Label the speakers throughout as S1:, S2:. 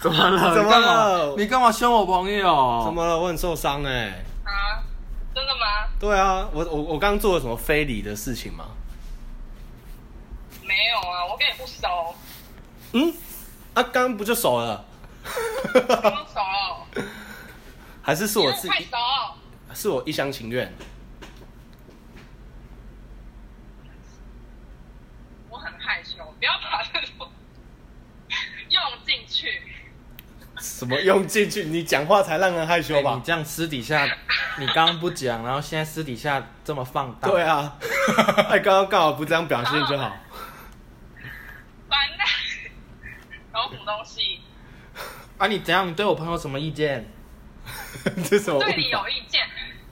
S1: 怎么了？
S2: 怎么
S1: 你干嘛
S2: 了
S1: 你干嘛凶我朋友？
S2: 怎？么了？我很受伤哎、
S3: 啊，真的吗？
S2: 对啊，我我我刚做了什么非礼的事情吗？
S3: 没有啊，我跟你不熟，
S2: 嗯，啊，刚不就熟了？
S3: 不用熟，
S2: 还是是
S3: 你
S2: 我
S3: 跟
S2: 自
S3: 我太
S2: 己
S3: 熟，
S2: 是我一厢情愿。
S3: 我很害羞，不要把这种用进去。
S2: 什么用进去？你讲话才让人害羞
S1: 哎
S2: 吧
S1: 你？这样私底下，你刚刚不讲，然后现在私底下这么放大，
S2: 对啊， 哎，刚刚刚好不这样表现就好。
S3: 烦呐，搞什么东西？
S1: 啊，你怎样？你对我朋友什么意见？
S2: 这什么问
S3: 对你
S2: 法？
S3: 有意见？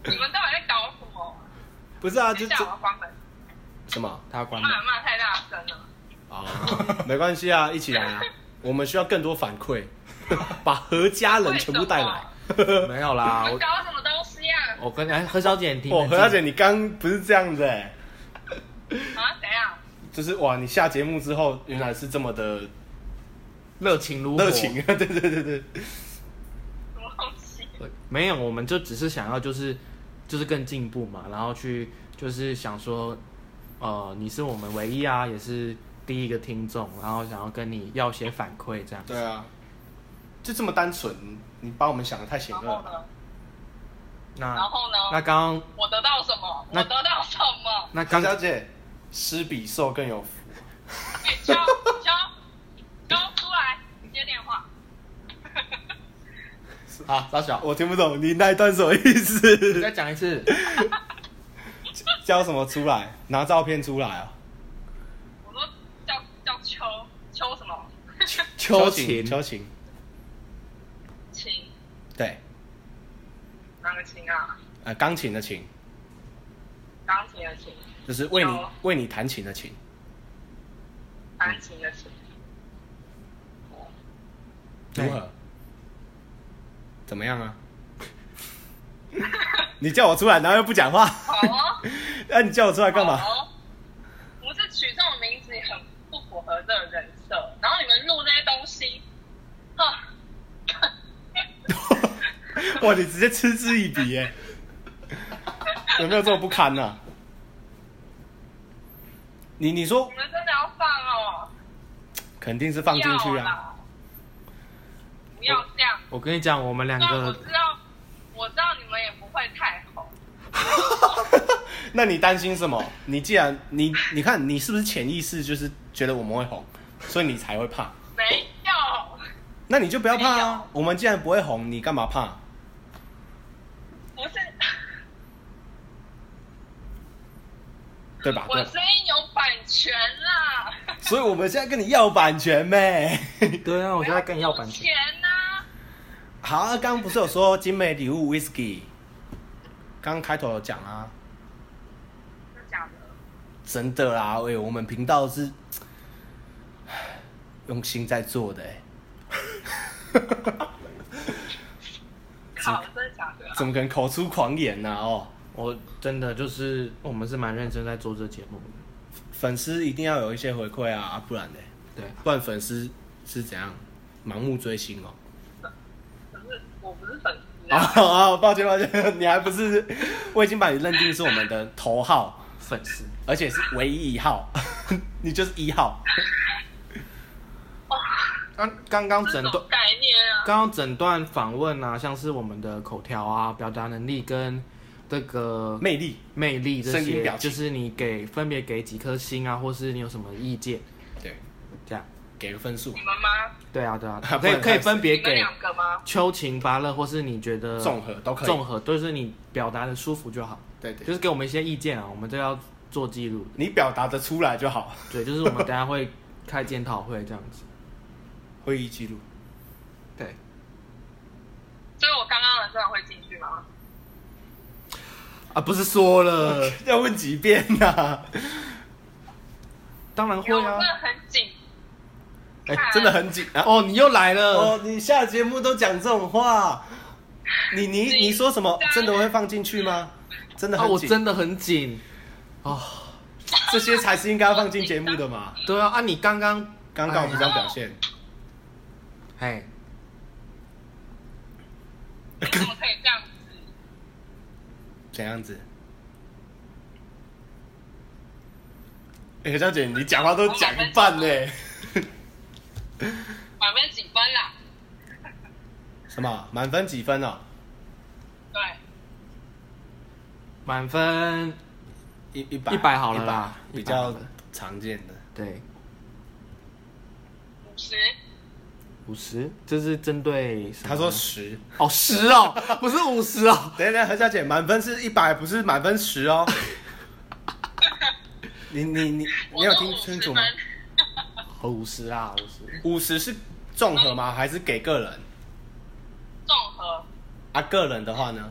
S3: 你们到底在搞什么？
S2: 不是啊，
S3: 等
S2: 就
S3: 一下
S2: 这
S3: 我要关门，
S2: 什么
S1: 他关门。
S3: 骂骂太大声了。
S2: 啊？没关系啊，一起来 啊！我们需要更多反馈， 把何家人全部带来。
S3: 啊
S1: 没有啦，
S3: 你们
S1: 我
S3: 搞什么东西啊？
S1: 我跟哎何小姐你听，
S2: 哦，何小姐，你刚不是这样子哎、
S3: 啊，怎样？
S2: 就是哇，你下节目之后原来是这么的
S1: 热情如火
S2: 热情，啊！对 对对对，
S3: 什么东西？
S1: 对没有，我们就只是想要就是就是更进步嘛，然后去就是想说，呃，你是我们唯一啊，也是第一个听众，然后想要跟你要些反馈这样。
S2: 对啊，就这么单纯，你把我们想的太险
S3: 然
S2: 恶
S3: 后
S2: 了。
S3: 呢？
S1: 那
S3: 然后
S1: 那
S3: 呢？
S1: 刚刚
S3: 我得到什么？
S1: 那
S3: 我得到什么？
S1: 那
S2: 何
S1: 刚
S2: 小姐，施比受更有福。
S3: 哎，交交交出来，接电话。
S1: 好，老啊小，
S2: 我听不懂你那一段什么意思
S1: 你 再讲一次。
S2: 交什么出来？拿照片出来啊？
S3: 我说叫叫秋秋什么？
S1: 秋琴
S2: 秋琴，
S3: 琴
S2: 对，
S3: 哪个琴啊？
S2: 呃，钢琴的琴，
S3: 钢琴的琴，
S2: 就是为你
S3: 哦
S2: 为你弹琴的琴。
S3: 弹琴的 琴。
S1: 对
S2: 如何？怎么样啊？ 你叫我出来，然后又不讲话，
S3: 好哦。
S2: 那、你叫我出来干嘛？
S3: 哦不是取这种名字很不符合这个人设，然后你们录那些东西，啊，
S2: 哇，你直接嗤之以鼻耶！ 有没有这么不堪呢、啊？你你说
S3: 你们真的要放哦？
S2: 肯定是放进去
S3: 不要
S2: 啊！
S3: 啦！不要这样，
S1: 我跟你讲，我们两
S3: 虽
S2: 啊
S3: 然我
S1: 个
S3: 知道，我知道你们也不会太红，啊
S2: 那你担心什么？你既然你你看你是不是潜意识就是觉得我们会红，所以你才会怕？
S3: 没有，
S2: 那你就不要怕
S3: 没有
S2: 啊！我们既然不会红，你干嘛怕？
S3: 不是，
S2: 对吧？
S3: 我
S2: 对
S3: 的
S2: 吧，
S3: 声音有版权啦，
S2: 所以我们现在跟你要版权呗。
S1: 对啊，我现在跟你要版
S3: 我有
S1: 权。
S3: 钱啊呐，
S2: 好，啊刚刚不是有说精美礼物 whisky？刚开头有讲啊，
S3: 真的假的？
S2: 真的啦，哎、我们频道是 用心在做的、哎，
S3: 好，真的假的啊？
S2: 怎么可能口出狂言呢、哦，
S1: 我真的就是我们是蛮认真在做这节目的。
S2: 粉丝一定要有一些回馈啊，啊不然呢？
S1: 对，
S2: 不然粉丝是怎样盲目追星哦？
S3: 可是我不是粉丝
S2: 啊
S3: 啊，
S2: 啊，抱歉抱歉，你 还不是，我已经把你认定是我们的头号，
S1: 粉丝
S2: 而且是唯一一号， 你就是一号。
S1: 刚刚刚
S3: 这是
S1: 整
S3: 什
S1: 段
S3: 么概念啊？
S1: 刚刚整段访问啊，像是我们的口条啊、表达能力跟这个
S2: 魅力，
S1: 魅力这
S2: 声音
S1: 些
S2: 表，情
S1: 就是你给分别给几颗星啊，或是你有什么意见
S2: 对，
S1: 这样。
S2: 给个分数
S3: 你。们吗？
S1: 对啊，对啊，
S2: 不然
S1: 可以可以分别
S3: 你们
S1: 给
S3: 两个吗？
S1: 秋情发热，或是你觉得
S2: 综合都可以
S1: 综合就是你表达的舒服就好，
S2: 对
S1: 就，是给我们一些意见啊，我们都要做记录的。
S2: 你表达的出来就好。
S1: 对，就是我们等一下会开检讨会这样子。
S2: 会议记录，
S1: 对，
S3: 所以我刚刚的真的会进去吗？
S1: 啊，不是说了，
S2: 要问几遍呐、啊？
S1: 当然
S3: 因
S1: 会
S3: 为我
S1: 啊
S3: 真。的很紧，
S2: 哎、 真的很紧啊！
S1: 哦，你又来了。
S2: 哦，你下节目都讲这种话，你你你说什么？真的会放进去吗？真的
S1: 啊，
S2: 很
S1: 我
S2: 紧，
S1: 真的很紧。哦，
S2: 这些才是应该要放进节目的嘛。
S1: 对啊，啊，你刚刚
S2: 刚刚我们这样表现，
S1: 哎，
S3: 你怎么可以这样子？
S2: 怎样子？哎、欸，张姐，你讲话都讲一半呢、
S3: 满分几分啦？
S2: 什么？满分几分哦？
S3: 对，
S1: 满分
S2: 一一百
S1: 一百好了啦
S2: 一百比
S1: 一百好
S2: 较
S1: 了嗯
S2: 常见的。
S1: 对
S3: 五十，
S1: 五十，这是针对什么呢
S2: 他说十，
S1: 哦十哦， 不是五十哦，
S2: 等一下，何小姐，满分是一百，不是满分十哦。你你你，你
S3: 我
S2: 有
S3: 说
S2: 听
S3: 五
S2: 清
S3: 十
S2: 楚
S3: 分
S2: 吗？
S1: 哦五十啊五十，
S2: 五十是综合吗？还是给个人？
S3: 综合，
S2: 啊，个人的话呢？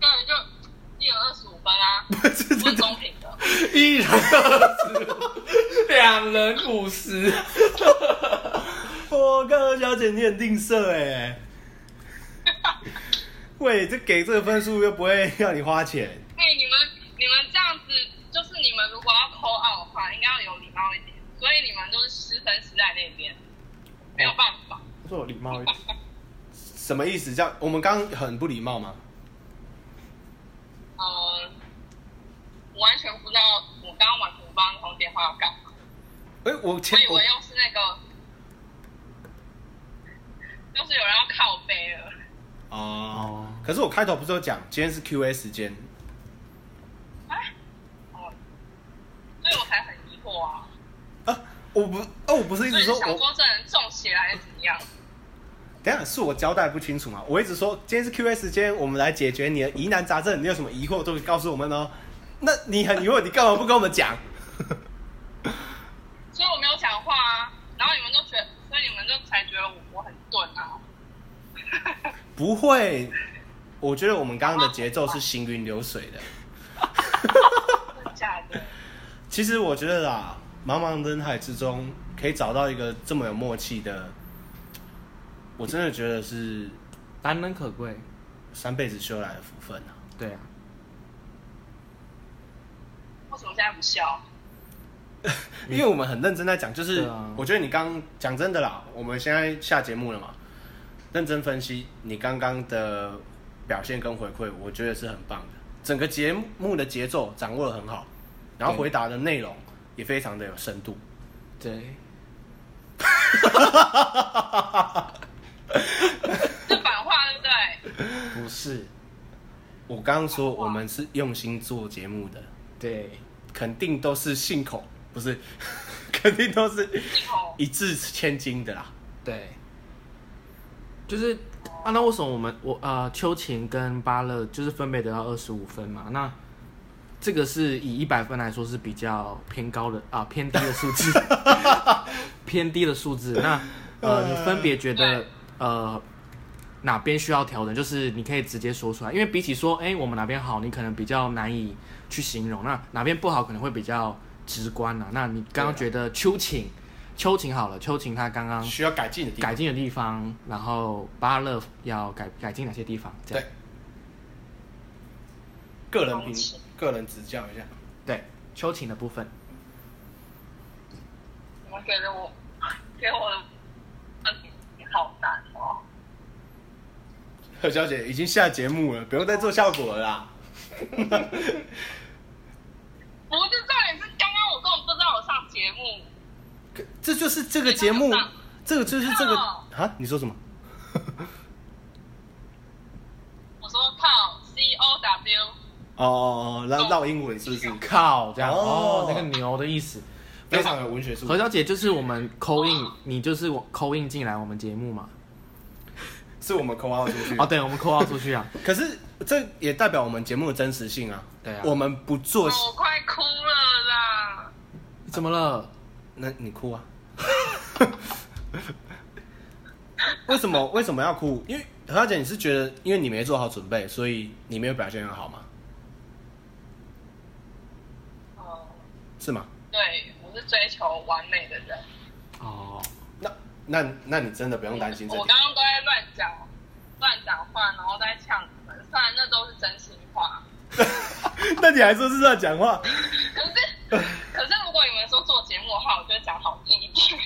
S3: 个人就一人二十五分 啊，
S2: 不是
S3: 不
S2: 这
S3: 是
S2: 种
S3: 公平的。
S1: 一人二十，两人五十，
S2: 我靠，小姐你很吝啬哎。喂，这给这个分数又不会要你花钱，
S3: 哎、你们你们这样子，就是你们如果要扣二的话，应该要有礼貌一点。所以你们都是师生师在那边，没
S2: 哦
S3: 有办法。
S1: 说有礼貌一点，
S2: 什么意思？这样我们刚刚很不礼貌吗？
S3: 呃，我完全不知道，我刚刚完全不知道那通电话要干嘛。
S2: 哎、我
S3: 我
S2: 前
S3: 以
S2: 我
S3: 为又是那个，又是有人要靠背了。
S2: 哦
S1: 哦，
S2: 可是我开头不是有讲今天是 Q A 时间，
S3: 啊哦，所以我才很疑惑啊。
S2: 啊，我不，哦，我不是一
S3: 所
S2: 直
S3: 以
S2: 说
S3: 想
S2: 我，
S3: 说这人中邪还是怎样？
S2: 等一下是我交代不清楚嘛？我一直说今天是 Q&A 时间，我们来解决你的疑难杂症，你有什么疑惑都可以告诉我们哦。那你很疑惑，你干嘛不跟我们讲？
S3: 所以我没有讲话啊。然后你们就觉得，所以你们就才觉得我我很钝啊。
S2: 不会，我觉得我们刚刚的节奏是行云流水的。
S3: 真的假的？
S2: 其实我觉得啦，茫茫人海之中可以找到一个这么有默契的，我真的觉得是
S1: 难能可贵，
S2: 三辈子修来的福分啊。
S1: 对啊，
S3: 为什么现在不笑？
S2: 因为我们很认真在讲，就是、
S1: 对啊
S2: 我觉得你刚讲真的啦，我们现在下节目了嘛，认真分析你刚刚的表现跟回馈，我觉得是很棒的。整个节目的节奏掌握的很好，然后
S1: 对
S2: 回答的内容也非常的有深度。
S1: 对，
S3: 是反话对不对？
S1: 不是，
S2: 我刚刚说我们是用心做节目的，
S1: 对，
S2: 肯定都是信口，不是，肯定都是
S3: 镜头
S2: 一掷千金的啦。
S1: 对，就是啊，那为什么我们我呃秋晴跟巴乐就是分别得到二十五分嘛？那这个是以一百分来说是比较偏高的啊、偏低的数 字，偏低的数字。那呃，你分别觉得呃哪边需要调整？就是你可以直接说出来，因为比起说哎、我们哪边好，你可能比较难以去形容。那哪边不好可能会比较直观呐、那你刚刚觉得秋晴，秋晴好了，秋晴她刚刚
S2: 需要改进的地
S1: 啊
S2: 方
S1: 改。进的地方，然后巴勒要改改进哪些地方？这样
S2: 对，个人
S3: 同
S2: 评
S3: 情，
S2: 个人指教一下。
S1: 对，秋晴的部分，
S3: 你们给的我，给我的，嗯，好难哦。
S2: 贺小姐已经下节目了，不用再做效果了啦。
S3: 不是重点是刚刚我根本不知道我上节目，
S2: 这就是这个节目
S3: 没办法，
S2: 这个就是这个
S3: 靠
S2: 啊！你说什么？
S3: 我说靠 C O W，
S2: 哦哦哦，绕绕英文是不是？
S1: 靠，这样
S2: 哦
S1: 哦，嗯那个牛的意思。
S2: 非常有文学素
S1: 何
S2: 养。
S1: 小姐就是我们扣印，你就是我扣印进来我们节目嘛？
S2: 是我们口号出去
S1: 哦，。对，我们扣号出去 啊。
S2: 可是这也代表我们节目的真实性啊。
S1: 对啊
S2: 我们不做，
S3: 我快哭了啦！
S1: 怎么了？
S2: 那你哭啊？ 为什么为什么要哭？因为何小姐，你是觉得因为你没做好准备，所以你没有表现很好吗？
S3: 嗯，
S2: 是吗？
S3: 对，我是追求完美的人。
S1: 哦，
S2: 那那那你真的不用担心这
S3: 我
S2: 点。
S3: 刚刚都在乱讲，乱讲话，然后在呛你们，虽然那都是真心话，
S2: 那你还说是在讲
S1: 哦
S2: 话？
S3: 可 是可是如果你们说做节目的话，我就会讲好听一点。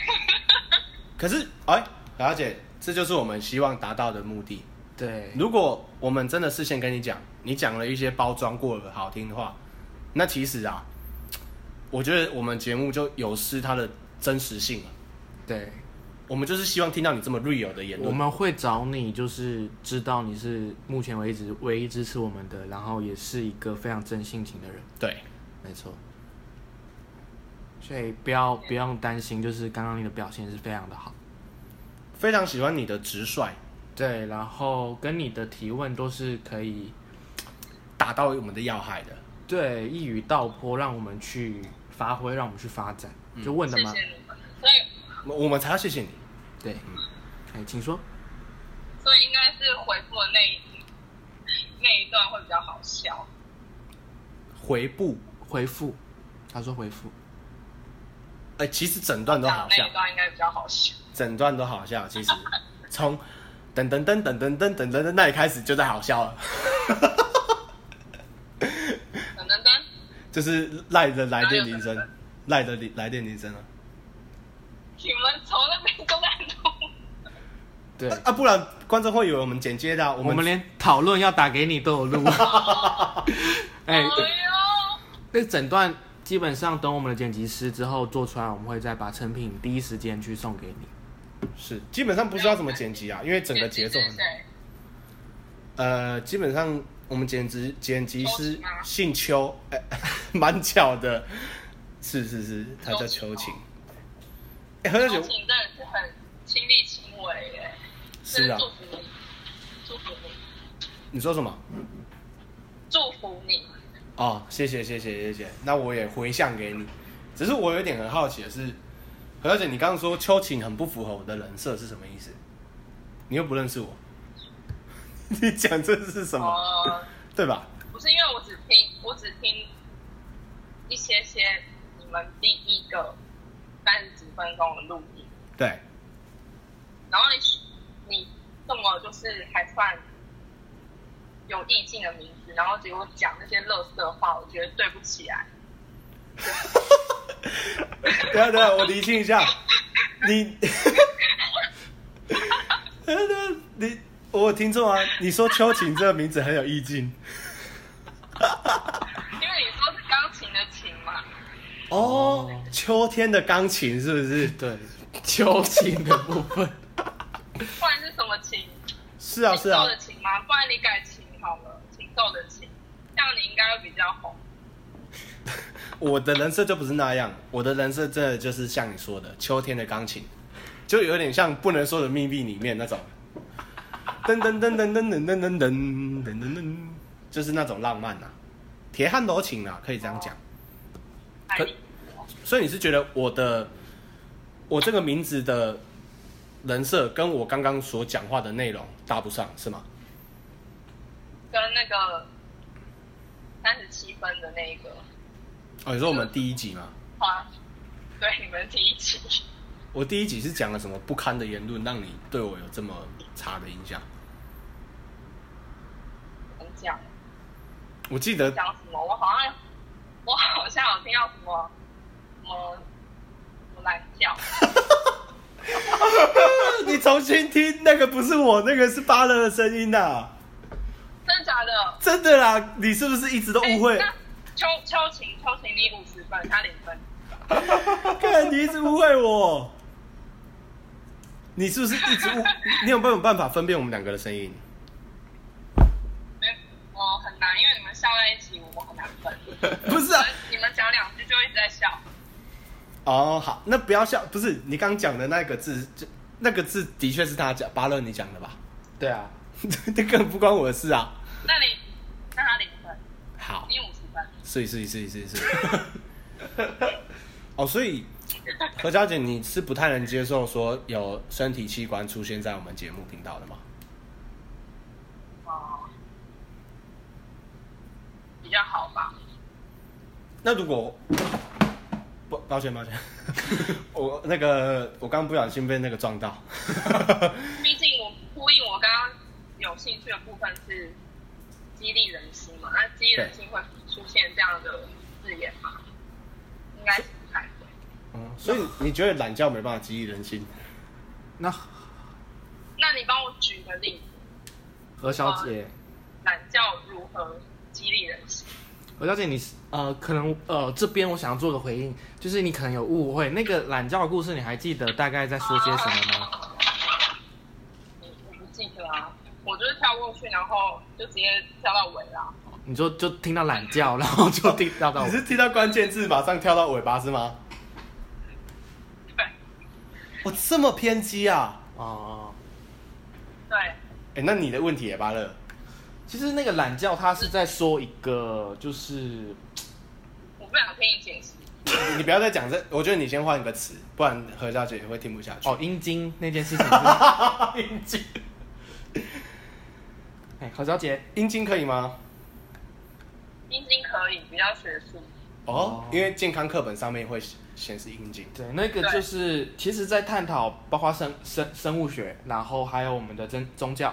S2: 可是，哎，小姐，这就是我们希望达到的目的。
S1: 对，
S2: 如果我们真的事先跟你讲，你讲了一些包装过的好听的话，那其实啊，我觉得我们节目就有失它的真实性了。
S1: 对，
S2: 我们就是希望听到你这么 real 的言
S1: 我
S2: 论。
S1: 们会找你，就是知道你是目前为止唯一支持我们的，然后也是一个非常真性情的人，
S2: 对，
S1: 没错。所以不要不用担心，就是刚刚你的表现是非常的好。
S2: 非常喜欢你的直率，
S1: 对，然后跟你的提问都是可以
S2: 打到我们的要害的。
S1: 对一语道破，让我们去发挥，让我们去发展，就问的
S3: 谢
S1: 嘛。
S3: 谢你们。所以
S2: 我我们才要谢谢你。
S1: 对，哎，请说。
S3: 所以应该是回复的那一那一段会比较好笑。
S2: 回步，
S1: 回复，他说回复，
S2: 哎、其实整段都
S3: 讲
S2: 好
S3: 那
S2: 笑
S3: 一，段应该比较好笑。
S2: 整段都好笑。其实从噔噔噔噔噔噔噔噔噔那里开始就在好笑了，
S3: 等等等，
S2: 就是赖的来电铃声
S3: 哪有
S2: 赖
S3: 噔噔，
S2: 的铃来电铃声啊
S3: 你们从那边都在 录，
S1: 对，
S2: 啊！不然观众会以为我们剪接的啊、我
S1: 我
S2: 们
S1: 们连讨论要打给你都有 录。
S3: 哎
S1: 哎，
S3: 呦，
S1: 那整段基本上等我们的剪辑师之后做出来，我们会再把成品第一时间去送给你。
S2: 是基本上不知道怎么剪辑啊，因为整个节奏
S3: 是
S2: 很
S3: 谁
S2: 呃，基本上我们剪辑剪辑
S3: 秋
S2: 师
S3: 晴吗
S2: 姓邱，哎、 蛮巧的，是是是，他叫秋晴。哎、何小
S3: 周
S2: 姐
S3: 晴真的是很亲力亲为耶，
S2: 是
S3: 真
S2: 啊
S3: 祝，福你，祝福你，
S2: 你说什么？
S3: 祝福你。
S2: 哦，谢谢谢谢谢谢，那我也回向给你。只是我有点很好奇的是，何小姐，你刚刚说秋晴很不符合我的人设是什么意思？你又不认识我， 你讲这是什么？
S3: 哦，
S2: 对吧？
S3: 不是因为我只听，我只听一些些你们第一个三十几分钟的录音，
S2: 对，
S3: 然后你你这么就是还算有意境的名字，然后结果讲那些垃圾话，我觉得对不起啊来。
S2: 等一下等一下，我厘清一下，你， 等一下你，我有听错啊？你说秋晴这个名字很有意境
S3: 因为你说是钢琴的琴嘛，
S2: 哦，秋天的钢琴是不是？
S1: 对， 求情的部分。
S3: 不然是什么琴？
S2: 是啊是
S3: 禽
S2: 啊
S3: 兽，的琴吗？不然你改琴好了，禽兽的琴，这样你应该会比较红。
S2: 我的人设就不是那样，我的人设真的就是像你说的秋天的钢琴，就有点像不能说的秘密里面那种，噔噔噔噔噔噔噔噔噔噔噔噔，就是那种浪漫呐、啊铁汉柔情啊，可以这样讲。
S3: 爱
S2: 可
S3: 你
S2: 所以你是觉得我的我这个名字的人设跟我刚刚所讲话的内容搭不上是吗？
S3: 跟那个三十七分的那个
S2: 哦，你说我们第一集吗？
S3: 花，对你们第一集，
S2: 我第一集是讲了什么不堪的言论，让你对我有这么差的印象？
S3: 怎么讲
S2: 我记得
S3: 讲什么？我好像我好像有听到什么什么什么懒觉，
S2: 你重新听，那个不是我，那个是巴乐的声音呐、啊
S3: 真的假的？
S2: 真的啦，你是不是一直都 误会
S3: 哎？那秋秋晴，秋晴你五十分，他零分。
S2: 看，你一直误会我，你是不是一直误？你有没有办法分辨我们两个的声音？
S3: 没，我很难，因为你们笑在一起，我很难分。
S2: 不是啊，
S3: 你们讲两句就一直在笑，
S2: 哦，好，那不要笑，不是你刚讲的那个字，就那个字的确是他讲，巴乐你讲的吧？
S1: 对啊，
S2: 这根本不关我的事啊。
S3: 那你那他零分，
S2: 好，
S3: 你五十分，
S2: 是是是是是。 哦，所以何小姐，你是不太能接受说有身体器官出现在我们节目频道的吗？
S3: 哦，比较好吧？
S2: 那如果不，抱歉抱歉， 我那个我刚不小心被那个撞 到。
S3: 毕竟我呼应我刚刚有兴趣的部分是激励人心嘛，那激励人心会出现这样的字眼吗？应该是不太会。
S2: 嗯，所以你觉得懒觉没办法激励人心？
S1: 那
S3: 那你帮我举个例子，
S1: 何小姐，
S3: 懒觉如何激励人心？
S1: 何小姐，你是呃，可能呃这边我想要做个回应，就是你可能有误会，那个懒觉的故事你还记得大概在说些什么吗？
S3: 我我不记得啊，我就是跳过去，然后就直接跳到尾啦。
S1: 你就就听到懒觉，然后就听到到
S2: 你是听到关键字马上跳到尾巴是吗？
S3: 对
S2: 我这么偏激啊！
S1: 哦。
S3: 对，
S2: 哎、那你的问题也罢了。
S1: 其实那个懒觉，它是在说一个，就是
S3: 我不想听你解释。
S2: 你不要再讲这，我觉得你先换一个词，不然何小姐也会听不下去。
S1: 哦，阴茎那件事情是。
S2: 阴茎，
S1: 哎，何小姐，
S2: 阴茎可以吗？
S3: 阴茎可以，比较学术。
S2: 哦
S1: 哦，
S2: 因为健康课本上面会显示阴茎。
S1: 对，那个就是，其实，在探讨包括生生生物学，然后还有我们的宗宗教，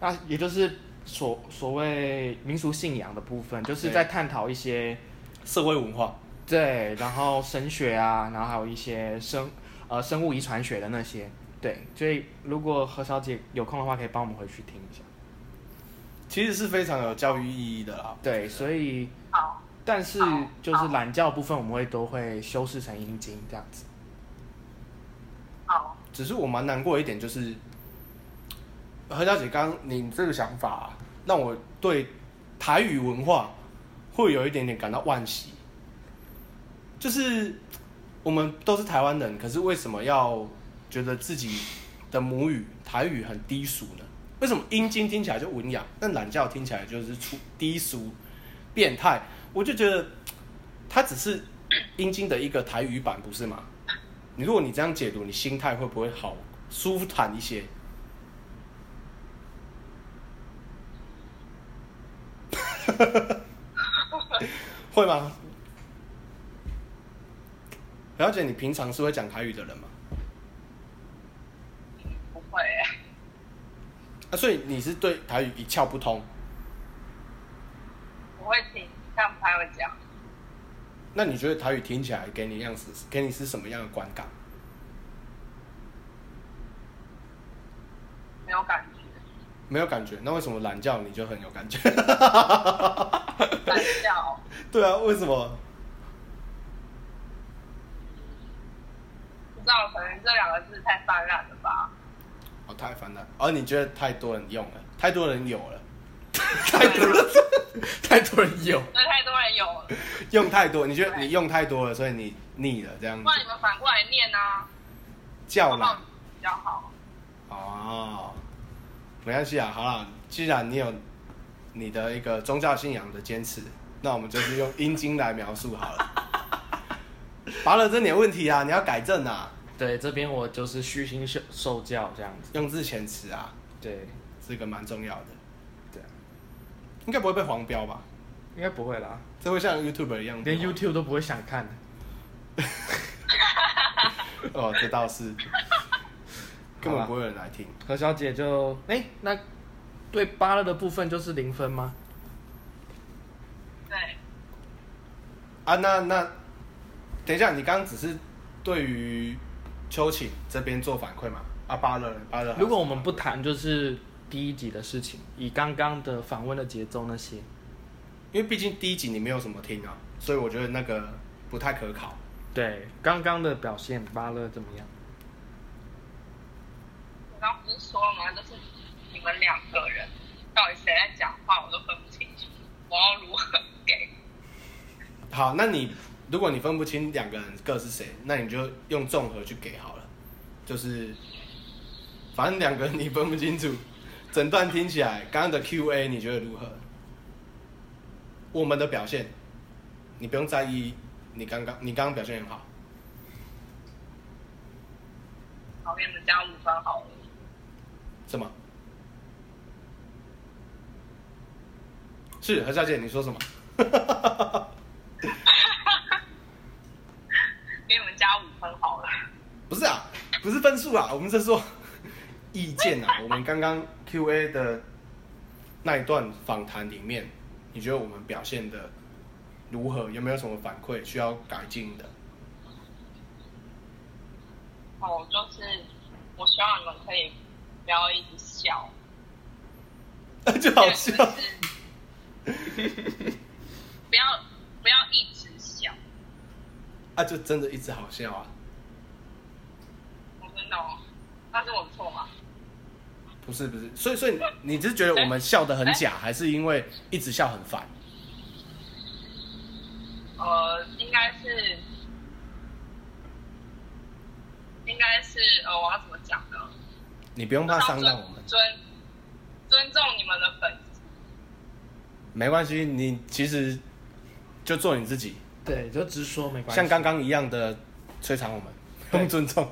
S1: 那也就是所所谓民俗信仰的部分，就是
S2: 对
S1: 在探讨一些
S2: 社会文化，
S1: 对，然后神学啊，然后还有一些生呃生物遗传学的那些，对，所以如果何小姐有空的话，可以帮我们回去听一下。
S2: 其实是非常有教育意义的啦。
S1: 对，所以
S3: 好，
S1: 但是
S3: 好
S1: 就是懒觉部分，我们会都会修饰成阴茎这样子。
S3: 好，
S2: 只是我蛮难过一点，就是何小姐刚你这个想法、让我对台语文化会有一点点感到惋惜。就是我们都是台湾人，可是为什么要觉得自己的母语台语很低俗呢？为什么阴茎听起来就文雅，那懒觉听起来就是粗低俗、变态？我就觉得它只是阴茎的一个台语版，不是吗？你如果你这样解读，你心态会不会好舒坦一些？ 会吗？了解，你平常是会讲台语的人吗？
S3: 不会、欸。
S2: 啊，所以你是对台语一窍不通。
S3: 我会听，但不太会讲。
S2: 那你觉得台语听起来给你样子，给你是什么样的观感？
S3: 没有感觉，
S2: 没有感觉，那为什么懒觉你就很有感觉？
S3: 懒觉，
S2: 对啊，为什么？
S3: 不知道，可能这两个字太泛滥了吧？
S2: 哦，太烦了。而、你觉得太多人用了，太多人有 了，
S3: 太 多了，
S1: 太多人有，
S3: 对，太多人有了。
S2: 用太多，你觉得你用太多了，所以你腻了这样子
S3: 不。然你们反过来念啊，
S2: 叫
S3: 好不
S2: 懒
S3: 好比较好？
S2: 哦，没关系啊，好了，既然你有你的一个宗教信仰的坚持，那我们就是用阴茎来描述好 了。拔了这点问题啊，你要改正啊，
S1: 对，这边我就是虚心受受教这样子。
S2: 用字遣词啊，
S1: 对，
S2: 这个蛮重要的。
S1: 对，
S2: 应该不会被黄标吧？
S1: 应该不会啦，
S2: 这会像 YouTube 一样吗
S1: 连 YouTube 都不会想看。
S2: 哦，这倒是，根本不会有人来听。
S1: 何小姐就哎、那对芭乐的部分就是零分吗？
S3: 对，
S2: 啊，那那，等一下，你刚刚只是对于秋瑾这边做反馈嘛？啊，巴勒，巴勒。
S1: 如果我们不谈就是第一集的事情，以刚刚的访问的节奏那些，
S2: 因为毕竟第一集你没有什么听啊，所以我觉得那个不太可考。
S1: 对刚刚的表现，芭乐怎么样？
S3: 我刚刚不是说了吗？就是你们两个人到底谁在讲话，我都分不清楚，我要如何给？
S2: 好，那你如果你分不清两个人各是谁，那你就用综合去给好了。就是，反正两个人你分不清楚，整段听起来，刚刚的 Q&A 你觉得如何？我们的表现，你不用在意，你刚刚你刚刚表现很好。
S3: 好，给你们加五分好了。
S2: 什么？是何小姐，你说什么？
S3: 给你们加五分好了。
S2: 不是啊，不是分数啊，我们是说 意见啊。我们刚刚 Q&A 的那一段访谈里面，你觉得我们表现的如何？有没有什么反馈需要改进的？
S3: 哦，就是我希望你们可以不要一直笑，
S2: 就好笑。
S3: 不要不要一直笑，
S2: 啊，就真的一直好笑啊！
S3: 我真的哦，那是我的错吗？
S2: 不是不是，所以所以你你是觉得我们笑的很假，还是因为一直笑很烦？
S3: 呃，应该是，应该是呃，我要怎么讲呢？
S2: 你不用怕伤到我们，
S3: 尊尊重你们的粉丝，
S2: 没关系，你其实就做你自己，
S1: 对，就直说没关系。
S2: 像刚刚一样的摧残我们，不用尊重。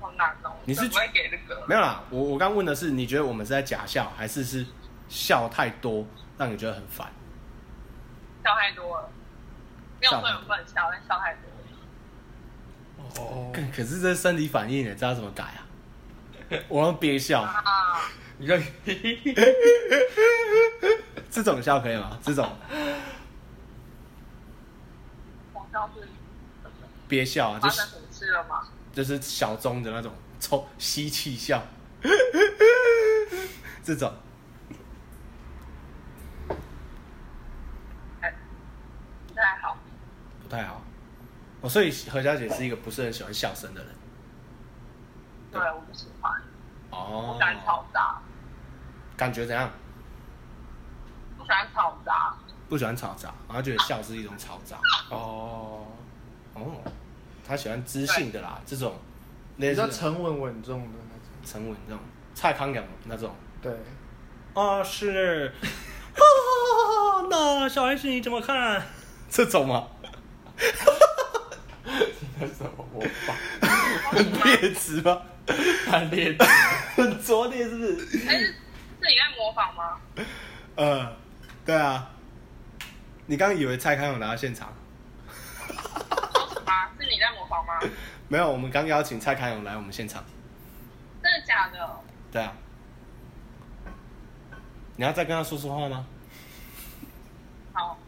S3: 好难哦。
S2: 你是
S3: 我不会给这个，
S2: 没有啦，我我刚问的是，你觉得我们是在假笑，还是是笑太多让你觉得很烦？
S3: 笑太多了，没有说有不能笑，但笑太多了。
S1: 哦，
S2: 干可是这是生理反应，你知道怎么改 啊？我用憋笑，
S3: 啊，
S1: 你就
S2: 这种笑可以吗？这种
S3: 我倒是
S2: 憋笑啊，
S3: 发
S2: 就
S3: 生
S2: 是
S3: 什么事了吗？
S2: 就是小钟的那种抽吸气笑， 这种
S3: 哎，不太好。
S2: 不太好。哦，所以何小姐是一个不是很喜欢笑声的人。
S3: 对，我不喜欢，
S2: 哦
S3: 不，敢吵杂，
S2: 感觉怎样？
S3: 不喜欢吵 杂。
S2: 不喜欢吵杂，然后觉得笑是一种吵杂。
S1: 哦，
S2: 哦，他喜欢知性的啦，这种类
S1: 比较
S2: 似
S1: 沉稳稳重的那种。
S2: 沉稳这种蔡康永那种。
S1: 对，
S2: 啊， 是。那小 S 你怎么看？这种吗？
S1: 那什么我爸
S3: 哎
S2: 很劣质吗？
S1: 他列
S2: 很拙劣是不是？
S3: 哎，是是你在模仿吗？
S2: 呃，对啊。你刚刚以为蔡康永来到现场？
S3: 啊，是你在模仿吗？
S2: 没有，我们刚邀请蔡康永来我们现场。
S3: 真的假的？
S2: 对啊。你要再跟他说说话吗？
S3: 好，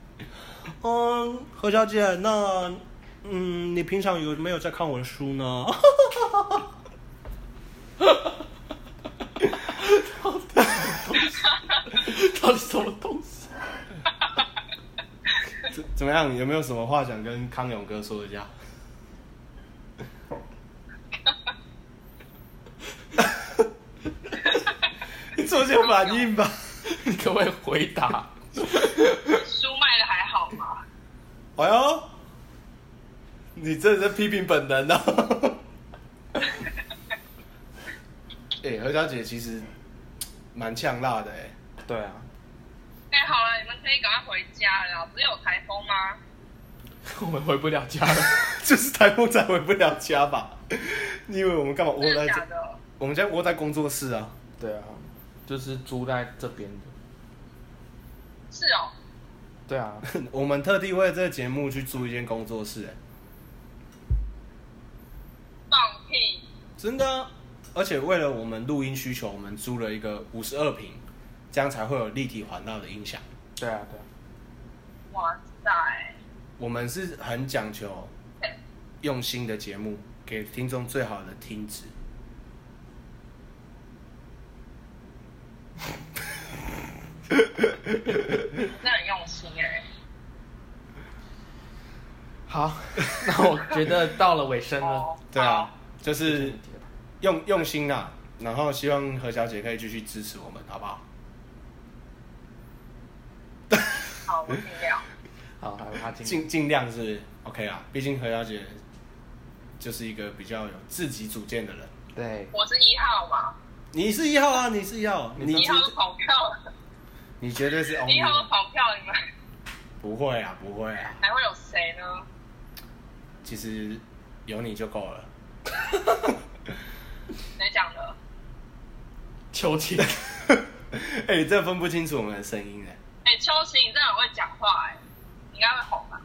S2: 嗯，何小姐，那嗯，你平常有没有在看我的书呢？
S1: 到底什么东西？
S2: 怎怎么样？有没有什么话想跟康永哥说一下？ 你做些反应吧。
S1: 你可不可以回答？
S3: 书卖的还好吗？
S2: 哎呦，你真的是批评本人 哦。哎、何小姐其实蛮呛辣的哎、
S1: 对啊，
S3: 哎、好了，你们可以赶快回家了啦。不是有台风吗？
S1: 我们回不了家了。
S2: 就是台风才回不了家吧？你以为我们干嘛窝
S3: 真
S2: 在
S3: 的假
S2: 这？
S3: 的？
S2: 我们家窝在工作室啊？
S1: 对啊，就是租在这边的。
S3: 是哦，
S1: 对啊，
S2: 我们特地为了这个节目去租一间工作室、哎，
S3: 放屁！
S2: 真的啊、而且为了我们录音需求，我们租了一个五十二平，这样才会有立体环绕的音响。
S1: 对啊，对啊。
S3: 哇塞，
S2: 我们是很讲求用心的节目，给听众最好的听值。
S3: 你真的很用心哎、
S1: 好，那我觉得到了尾声了
S3: 哦。，
S2: 对啊
S3: 好，，
S2: 就是用用心啊，然后希望何小姐可以继续支持我们，好不好？
S3: 好，我尽量。
S1: 好，还有他进。
S2: 尽尽量是 OK 啦，毕竟何小姐就是一个比较有自己主见的人。
S1: 对，
S3: 我是一号嘛，
S2: 你是一号啊，你是一号，你哦
S3: 一
S2: 绝
S3: 号是跑票，
S2: 你绝对是 only
S3: 一号是
S2: one
S3: 跑票，你们
S2: 不会啊，不会啊，
S3: 还会有谁呢？
S2: 其实有你就够了。
S3: 谁讲的？
S1: 秋千。
S2: 哎、你真的分不清楚我们的声音哎。
S3: 哎、秋晴，你真的很会讲话哎、你应该会红吧？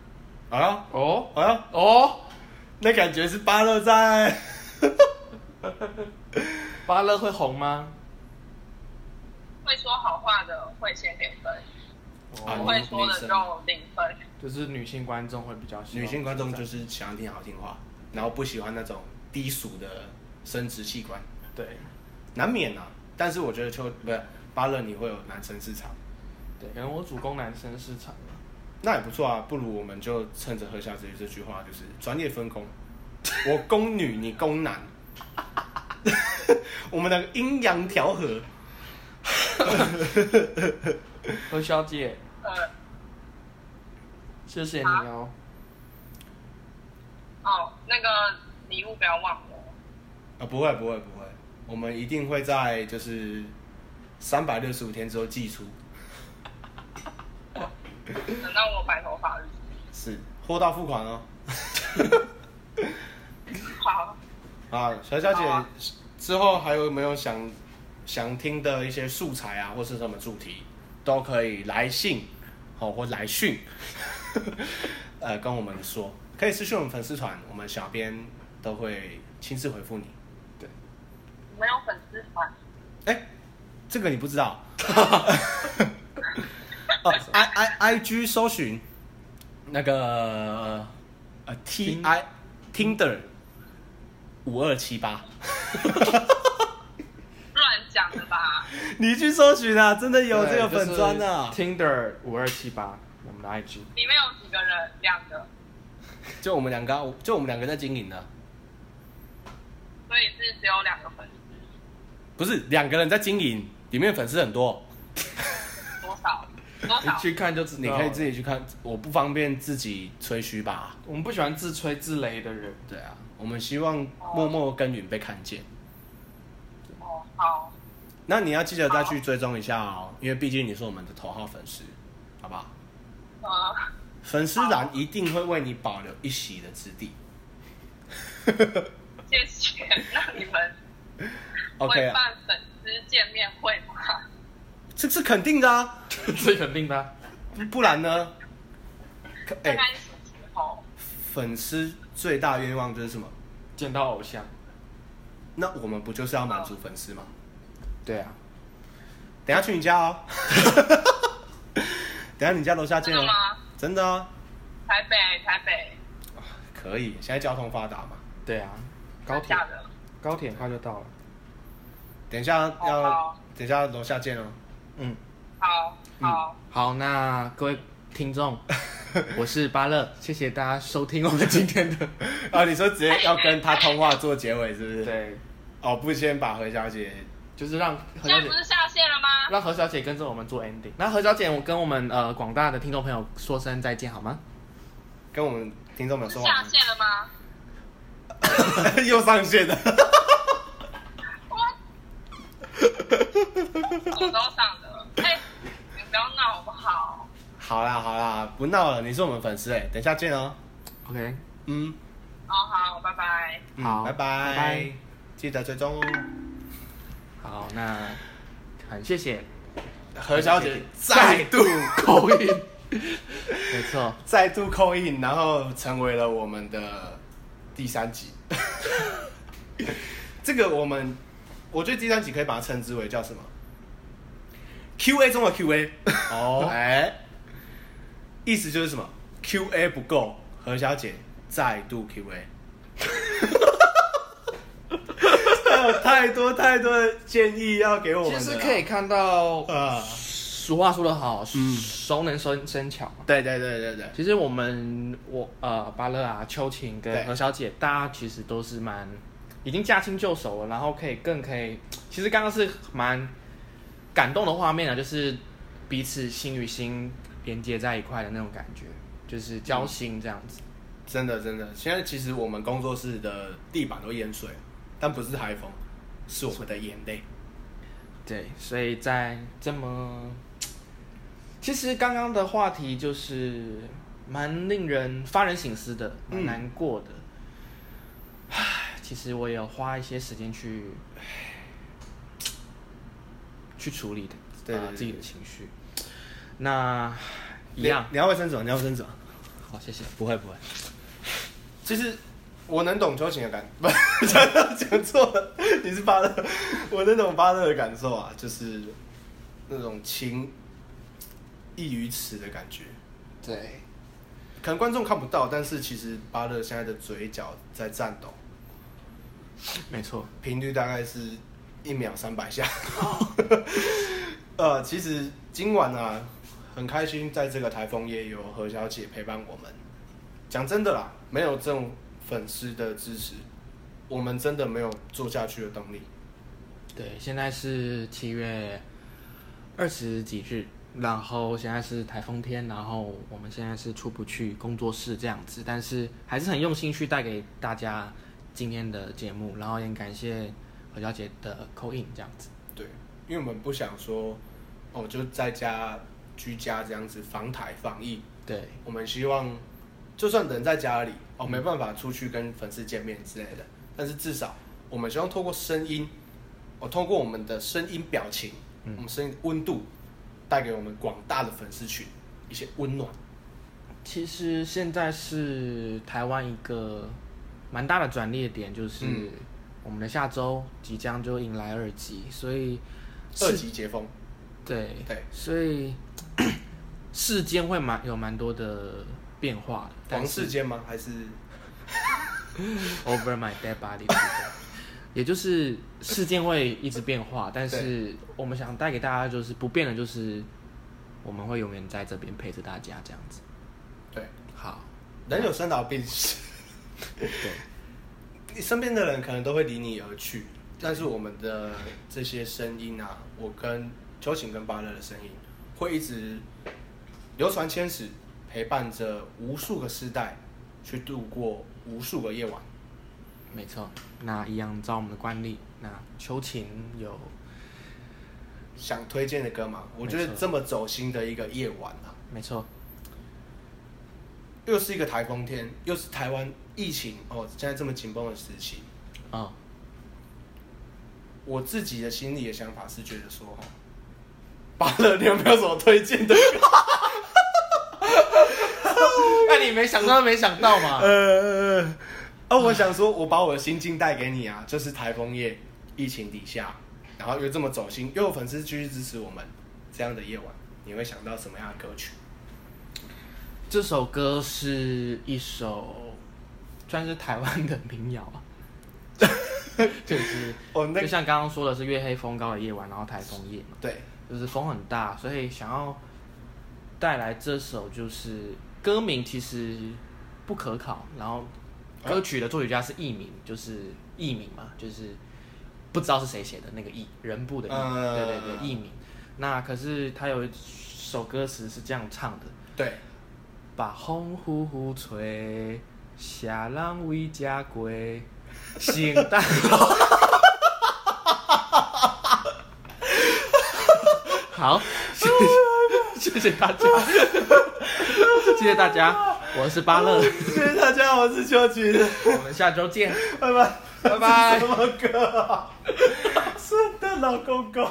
S2: 好了，
S1: 哦
S2: 好了，
S1: 哦，
S2: 那感觉是巴乐在。
S1: 巴勒会红吗？
S3: 会说好话的会先给分，
S2: 啊
S3: 不
S1: 哦，
S3: 会说的就零分。
S1: 就是女性观众会比较喜欢。
S2: 女性观众就是喜欢听好听话，然后不喜欢那种低俗的生殖器官，
S1: 对
S2: 难免啊。但是我觉得秋不是巴勒你会有男生市场，
S1: 对，可能我主攻男生市场吧
S2: 那也不错啊。不如我们就趁着喝下这这句话，就是专业分工，我攻女，你攻男，我们的阴阳调和。
S1: 何小姐，
S3: 呃，
S1: 谢谢你哦。
S2: 啊
S3: 哦，那个礼物不要忘了。
S2: 啊，不会不会不会，我们一定会在就是三百六十五天之后寄出。
S3: 等到我白头发的日
S2: 是，货到付款哦。
S3: 子。好，
S2: 啊，小小姐，
S3: 好啊
S2: 之后还有没有想想听的一些素材啊，或是什么主题，都可以来信，哦，或来讯， 呃，跟我们说，可以私讯我们粉丝团，我们小编都会亲自回复你。
S3: 我们有粉丝团，
S2: 哎、这个你不知道？ 哦，i i i g 搜寻那个呃 t i Tinder 五二七八，
S3: 乱讲的吧？
S2: 你去搜寻啊，真的有
S1: 对
S2: 这个粉砖啊
S1: 就。是 Tinder 五二七八，我们的 IG。
S3: 里面有几个人？两个，
S2: 就我们两个啊，就我们两个在经营啊的，
S3: 所以是只有两个粉丝，
S2: 不是两个人在经营，里面粉丝很多，
S3: 多少？多
S1: 你
S3: 少？
S1: 去看就知道。
S2: 你可以自。己去看，我不方便自己吹嘘吧。
S1: 我们不喜欢自吹自擂的人。
S2: 对啊，我们希望默默耕耘被看见。
S3: 哦，好，
S2: 那你要记得再去追踪一下哦，因为毕竟你是我们的头号粉丝，好不好？
S3: 呃，
S2: 粉丝栏一定会为你保留一席的之地。
S3: 谢谢。 那你们
S2: OK
S3: 会
S2: 啊，哎
S3: 办粉丝见面会吗？
S2: 这是肯定的啊，
S1: 这肯定的啊、
S2: 不不然呢？可哎、
S3: 大概是什么时候？
S2: 粉丝最大愿望就是什么？
S1: 见到偶像。
S2: 那我们不就是要满足粉丝吗？
S1: 对啊。
S2: 等一下去你家哦， 等一下你家楼下
S3: 真
S2: 见哦，
S3: 的吗？
S2: 真的啊，
S3: 台北，台北，
S2: 可以，现在交通发达嘛。
S1: 对啊。高铁
S3: 真的假，的？
S1: 高铁很快就到了。
S2: 等一下
S3: 哦
S2: 要
S3: 好，
S2: 等一下楼下见哦。
S1: 嗯，
S3: 好，
S2: 嗯
S3: 好，
S1: 好，那各位听 众，我是巴乐，谢谢大家收听我们今天的。
S2: 啊，你说直接要跟他通话做结尾是不是？。
S1: 对，
S2: 哦，不先把何小姐，
S1: 就是让何
S3: 现
S1: 小
S3: 在
S1: 姐
S3: 不，是下线了吗？
S1: 让何小姐跟着我们做 ending。那何小姐，我跟我们呃广大的听众朋友说声再见好吗？
S2: 跟我们听众们
S3: 是
S2: 说啊
S3: 下
S2: 完
S3: 线了吗？
S2: 了， 又上线了。
S3: 我我都上了，哎、你不要闹好不好？
S2: 好啦好啦，不闹了，你是我们粉丝哎、等一下见哦。
S1: OK，
S2: 嗯，
S3: 哦，好，拜拜。
S2: 嗯
S1: 好
S2: 拜
S1: 拜拜
S2: 记得追踪哦。
S1: 好，那很谢谢
S2: 何小姐
S1: 再
S2: 再度
S1: 口音， 没错，
S2: 再度扣印，然后成为了我们的第三集。 这个我们，我觉得第三集可以把它称之为叫什么？Q&A 中的 Q&A。
S1: 哦
S2: 哎，意思就是什么？Q&A 不够，何小姐再度 Q&A。她 有太多太多的建议要给我们
S1: 其
S2: 的啦
S1: 实可以看到，
S2: 啊，
S1: 俗话说得好，
S2: 嗯
S1: 熟能生生巧嘛。
S2: 对对对对对，
S1: 其实我们我呃巴乐啊、秋晴
S2: 对
S1: 跟何小姐，大家其实都是蛮已经驾轻就熟了，然后可以更可以，其实刚刚是蛮感动的画面啊，就是彼此心与心连接在一块的那种感觉，就是交心这样子。
S2: 真的真的，现在其实我们工作室的地板都淹水，但不是台风，是我们的眼泪。
S1: 对，所以在这么，其实刚刚的话题就是蛮令人发人省思的，蛮
S2: 嗯
S1: 难过的。唉，其实我也有花一些时间去去处理的，
S2: 对对
S1: 呃
S2: 对
S1: 自己的情绪。那一
S2: 你
S1: 样，
S2: 你要卫生纸吗？你要卫生纸吗？
S1: 好，谢谢。
S2: 不会不会。其实我能懂秋晴的感， 不讲错了，你是巴乐，我能懂巴乐的感受啊，就是那种情溢于此的感觉。
S1: 对，
S2: 可能观众看不到，但是其实巴乐现在的嘴角在颤抖，
S1: 没错，
S2: 频率大概是一秒三百下。 呃，其实今晚啊，很开心在这个台风夜有何小姐陪伴我们。讲真的啦，没有这种粉丝的支持，我们真的没有做下去的动力。
S1: 对，现在是七月二十几日，然后现在是台风天，然后我们现在是出不去工作室这样子，但是还是很用心去带给大家今天的节目，然后也感谢何小姐的扣印这样子。
S2: 对，因为我们不想说，哦，就在家居家这样子防台防疫。
S1: 对，
S2: 我们希望，就算人在家里，哦，没办法出去跟粉丝见面之类的，但是至少我们希望透过声音，哦，透过我们的声音表情，
S1: 嗯
S2: 我们声音的温度，带给我们广大的粉丝群一些温暖。
S1: 其实现在是台湾一个蛮大的转捩点，就是
S2: 嗯
S1: 我们的下周即将就迎来二级，所以
S2: 二
S1: 是
S2: 级解封，
S1: 对
S2: 对，
S1: 所以 世间会蛮有蛮多的变化的。但
S2: 王
S1: 是
S2: 世坚吗？还是
S1: over my dead body，也就是事件会一直变化，但是我们想带给大家就是不变的，就是我们会永远在这边陪着大家这样子。
S2: 对？
S1: 好，
S2: 人有生老病死，
S1: 对，
S2: 你身边的人可能都会离你而去，但是我们的这些声音啊，我跟秋瑾跟巴乐的声音，会一直流传千史，陪伴着无数个世代，去度过无数个夜晚。
S1: 没错。那一样照我们的惯例，那秋琴有
S2: 想推荐的歌嘛，我觉得
S1: 没错
S2: 这么走心的一个夜晚啊，
S1: 没错，
S2: 又是一个台风天，又是台湾疫情哦，现在这么紧绷的时期，
S1: 哦，
S2: 我自己的心里的想法是觉得说，哦巴乐，你有没有什么推荐的？
S1: 那哎你没想到没想到
S2: 啊
S1: 嘛？
S2: 呃，哦，我想说，我把我的心境带给你啊， 就是台风夜，疫情底下，然后又这么走心，又有粉丝继续支持我们，这样的夜晚，你会想到什么样的歌曲？
S1: 这首歌是一首算是台湾的民谣啊，就是
S2: 哦，那
S1: 就像刚刚说的是月黑风高的夜晚，然后台风夜嘛，
S2: 对，
S1: 就是风很大，所以想要带来这首就是歌名其实不可考，然后歌曲的作曲家是佚名，就是佚名嘛，就是不知道是谁写的那个佚，人部的佚，
S2: 嗯
S1: 对对对，佚名。那可是他有一首歌词是这样唱的：
S2: 对，
S1: 把风呼呼吹，下人为家归，圣诞老。好，谢谢谢谢大家， 谢谢大家，我是巴 乐，
S2: 谢谢大家，我是秋菊，
S1: 我们下周见。
S2: 拜拜，
S1: 拜拜
S2: 这是什么歌啊？圣诞老公公。